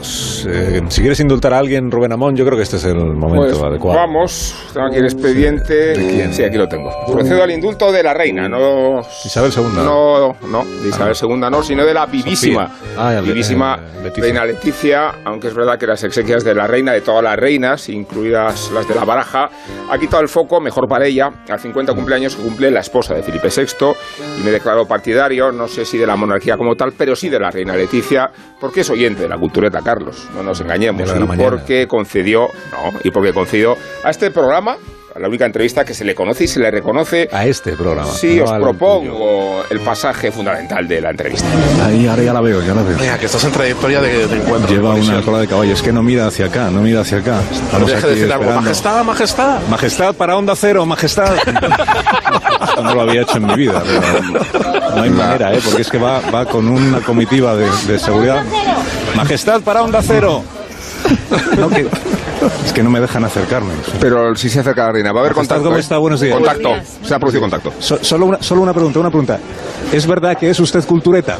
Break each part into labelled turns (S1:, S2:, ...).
S1: Pues, eh, si quieres indultar a alguien, Rubén Amón, yo creo que este es el momento
S2: Pues,
S1: adecuado.
S2: Vamos, tengo aquí el expediente.
S1: ¿De quién?
S2: Sí, aquí lo tengo. Procedo al indulto de la reina, no.
S1: Isabel II.
S2: No, no, de Isabel II no, sino de la vivísima.
S1: Ah, el-
S2: vivísima
S1: eh, Leticia.
S2: reina Leticia, aunque es verdad que las exequias de la reina, de todas las reinas, incluidas las de la baraja, ha quitado el foco, mejor para ella, al 50
S1: Mm.
S2: cumpleaños que cumple la esposa de Felipe VI. Y me declaro partidario, no sé si de la monarquía como tal, pero sí de la reina Leticia, porque es oyente de la cultureta, Carlos, no nos engañemos.
S1: De la de la
S2: y
S1: mañana.
S2: porque concedió, no, y porque concedió a este programa, a la única entrevista que se le conoce y se le reconoce.
S1: A este programa.
S2: Sí,
S1: no
S2: os
S1: al tuyo.
S2: propongo el pasaje fundamental de la entrevista.
S3: Ahí, ahora ya la veo, ya la veo.
S4: Mira, que estás en trayectoria de, de encuentro.
S3: Lleva una
S1: pues,
S4: Conexión.
S3: cola de caballo. Es que no mira hacia acá, no mira hacia acá. Estamos
S4: Deja
S3: aquí
S4: de decir algo.
S3: esperando.
S4: Majestad, majestad.
S3: Majestad para onda cero, majestad. Esto no lo había hecho en mi vida. pero no hay manera, ¿eh? Porque es que va, va con una comitiva de, de seguridad. Majestad para onda cero. No, que- es que no me dejan acercarme.
S2: Pero sí se acerca la reina. Va a haber
S3: Majestad,
S2: contacto.
S3: ¿cómo
S2: ¿eh?
S3: está? Buenos días.
S2: Contacto.
S5: Buenos días.
S2: Se ha producido contacto.
S3: So- solo, una, solo una pregunta, una pregunta. ¿Es verdad que es usted cultureta?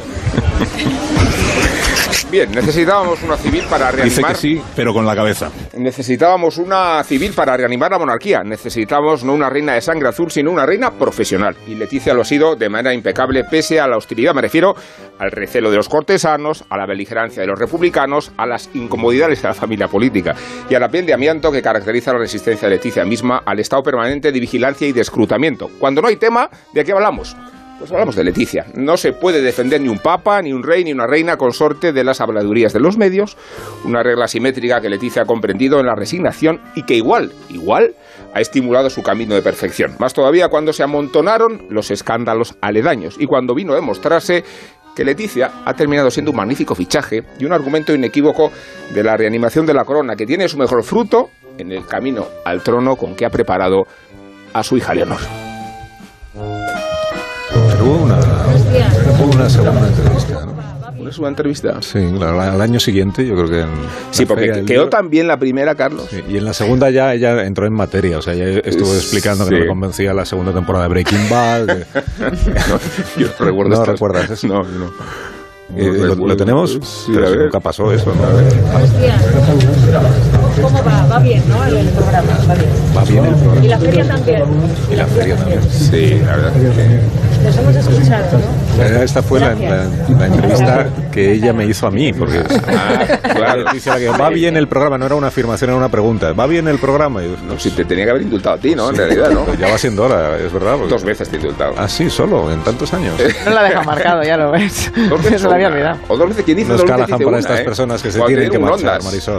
S2: Bien, necesitábamos una civil para
S3: Dice
S2: reanimar.
S3: que sí, pero con la cabeza.
S2: Necesitábamos una civil para reanimar la monarquía. Necesitamos no una reina de sangre azul, sino una reina profesional. Y Leticia lo ha sido de manera impecable, pese a la hostilidad. Me refiero al recelo de los cortesanos, a la beligerancia de los republicanos, a las incomodidades de la familia política y a la piel de amianto que caracteriza la resistencia de Leticia misma al estado permanente de vigilancia y de escrutamiento. Cuando no hay tema, ¿de qué hablamos? Pues hablamos de Leticia. No se puede defender ni un papa, ni un rey, ni una reina consorte de las habladurías de los medios. Una regla simétrica que Leticia ha comprendido en la resignación y que igual, igual, ha estimulado su camino de perfección. Más todavía cuando se amontonaron los escándalos aledaños y cuando vino a demostrarse que Leticia ha terminado siendo un magnífico fichaje y un argumento inequívoco de la reanimación de la corona que tiene su mejor fruto en el camino al trono con que ha preparado a su hija Leonor.
S1: Pero hubo una, hubo una segunda entrevista, ¿no?
S2: Pues Una segunda entrevista.
S1: Sí, claro, al año siguiente yo creo que... en
S2: Sí,
S1: la Feria
S2: porque
S1: del
S2: quedó
S1: Libro.
S2: tan bien la primera, Carlos.
S1: Sí, Y en la segunda ya ella entró en materia, o sea, ella estuvo explicando que no
S2: Sí.
S1: le convencía la segunda temporada de Breaking Bad. que-
S2: No, yo no recuerdo
S1: No
S2: estas-
S1: recuerdas eso.
S2: No, no.
S1: Eh,
S2: No
S1: ¿lo,
S2: recuerdo.
S1: lo tenemos?
S2: Sí,
S1: Pero
S2: a
S1: si
S2: ver.
S1: nunca pasó eso, ¿no?
S5: Buenos días. ¿Cómo va? Va bien, ¿no? El, el programa, va bien.
S1: Va bien el programa.
S5: Y la feria también.
S1: Y la feria también.
S2: Sí, la verdad es que...
S5: Los hemos escuchado, ¿no?
S1: Eh, Esta fue la, la- la entrevista que ella me hizo a mí, porque
S2: Ah, claro.
S1: Leticia la que, va bien el programa, no era una afirmación, era una pregunta. ¿Va bien el programa? Y yo, no, pues
S2: No, si te tenía que haber indultado a ti, ¿no? En realidad, ¿no?
S1: Ya va siendo hora, es verdad. porque-
S2: Dos veces te he indultado.
S1: Ah, sí, solo, en tantos años.
S6: No la deja marcado, ya lo ves.
S2: Dos veces
S6: Se lo había
S2: una.
S6: olvidado.
S2: O dos veces, ¿quién dice
S1: Nos
S2: dos veces?
S1: Callahan
S2: dice
S1: para
S2: una,
S1: estas
S2: ¿eh?
S1: personas que se
S2: Cuando te
S1: tienen que
S2: dieron
S1: marchar,
S2: ondas.
S1: Marisol.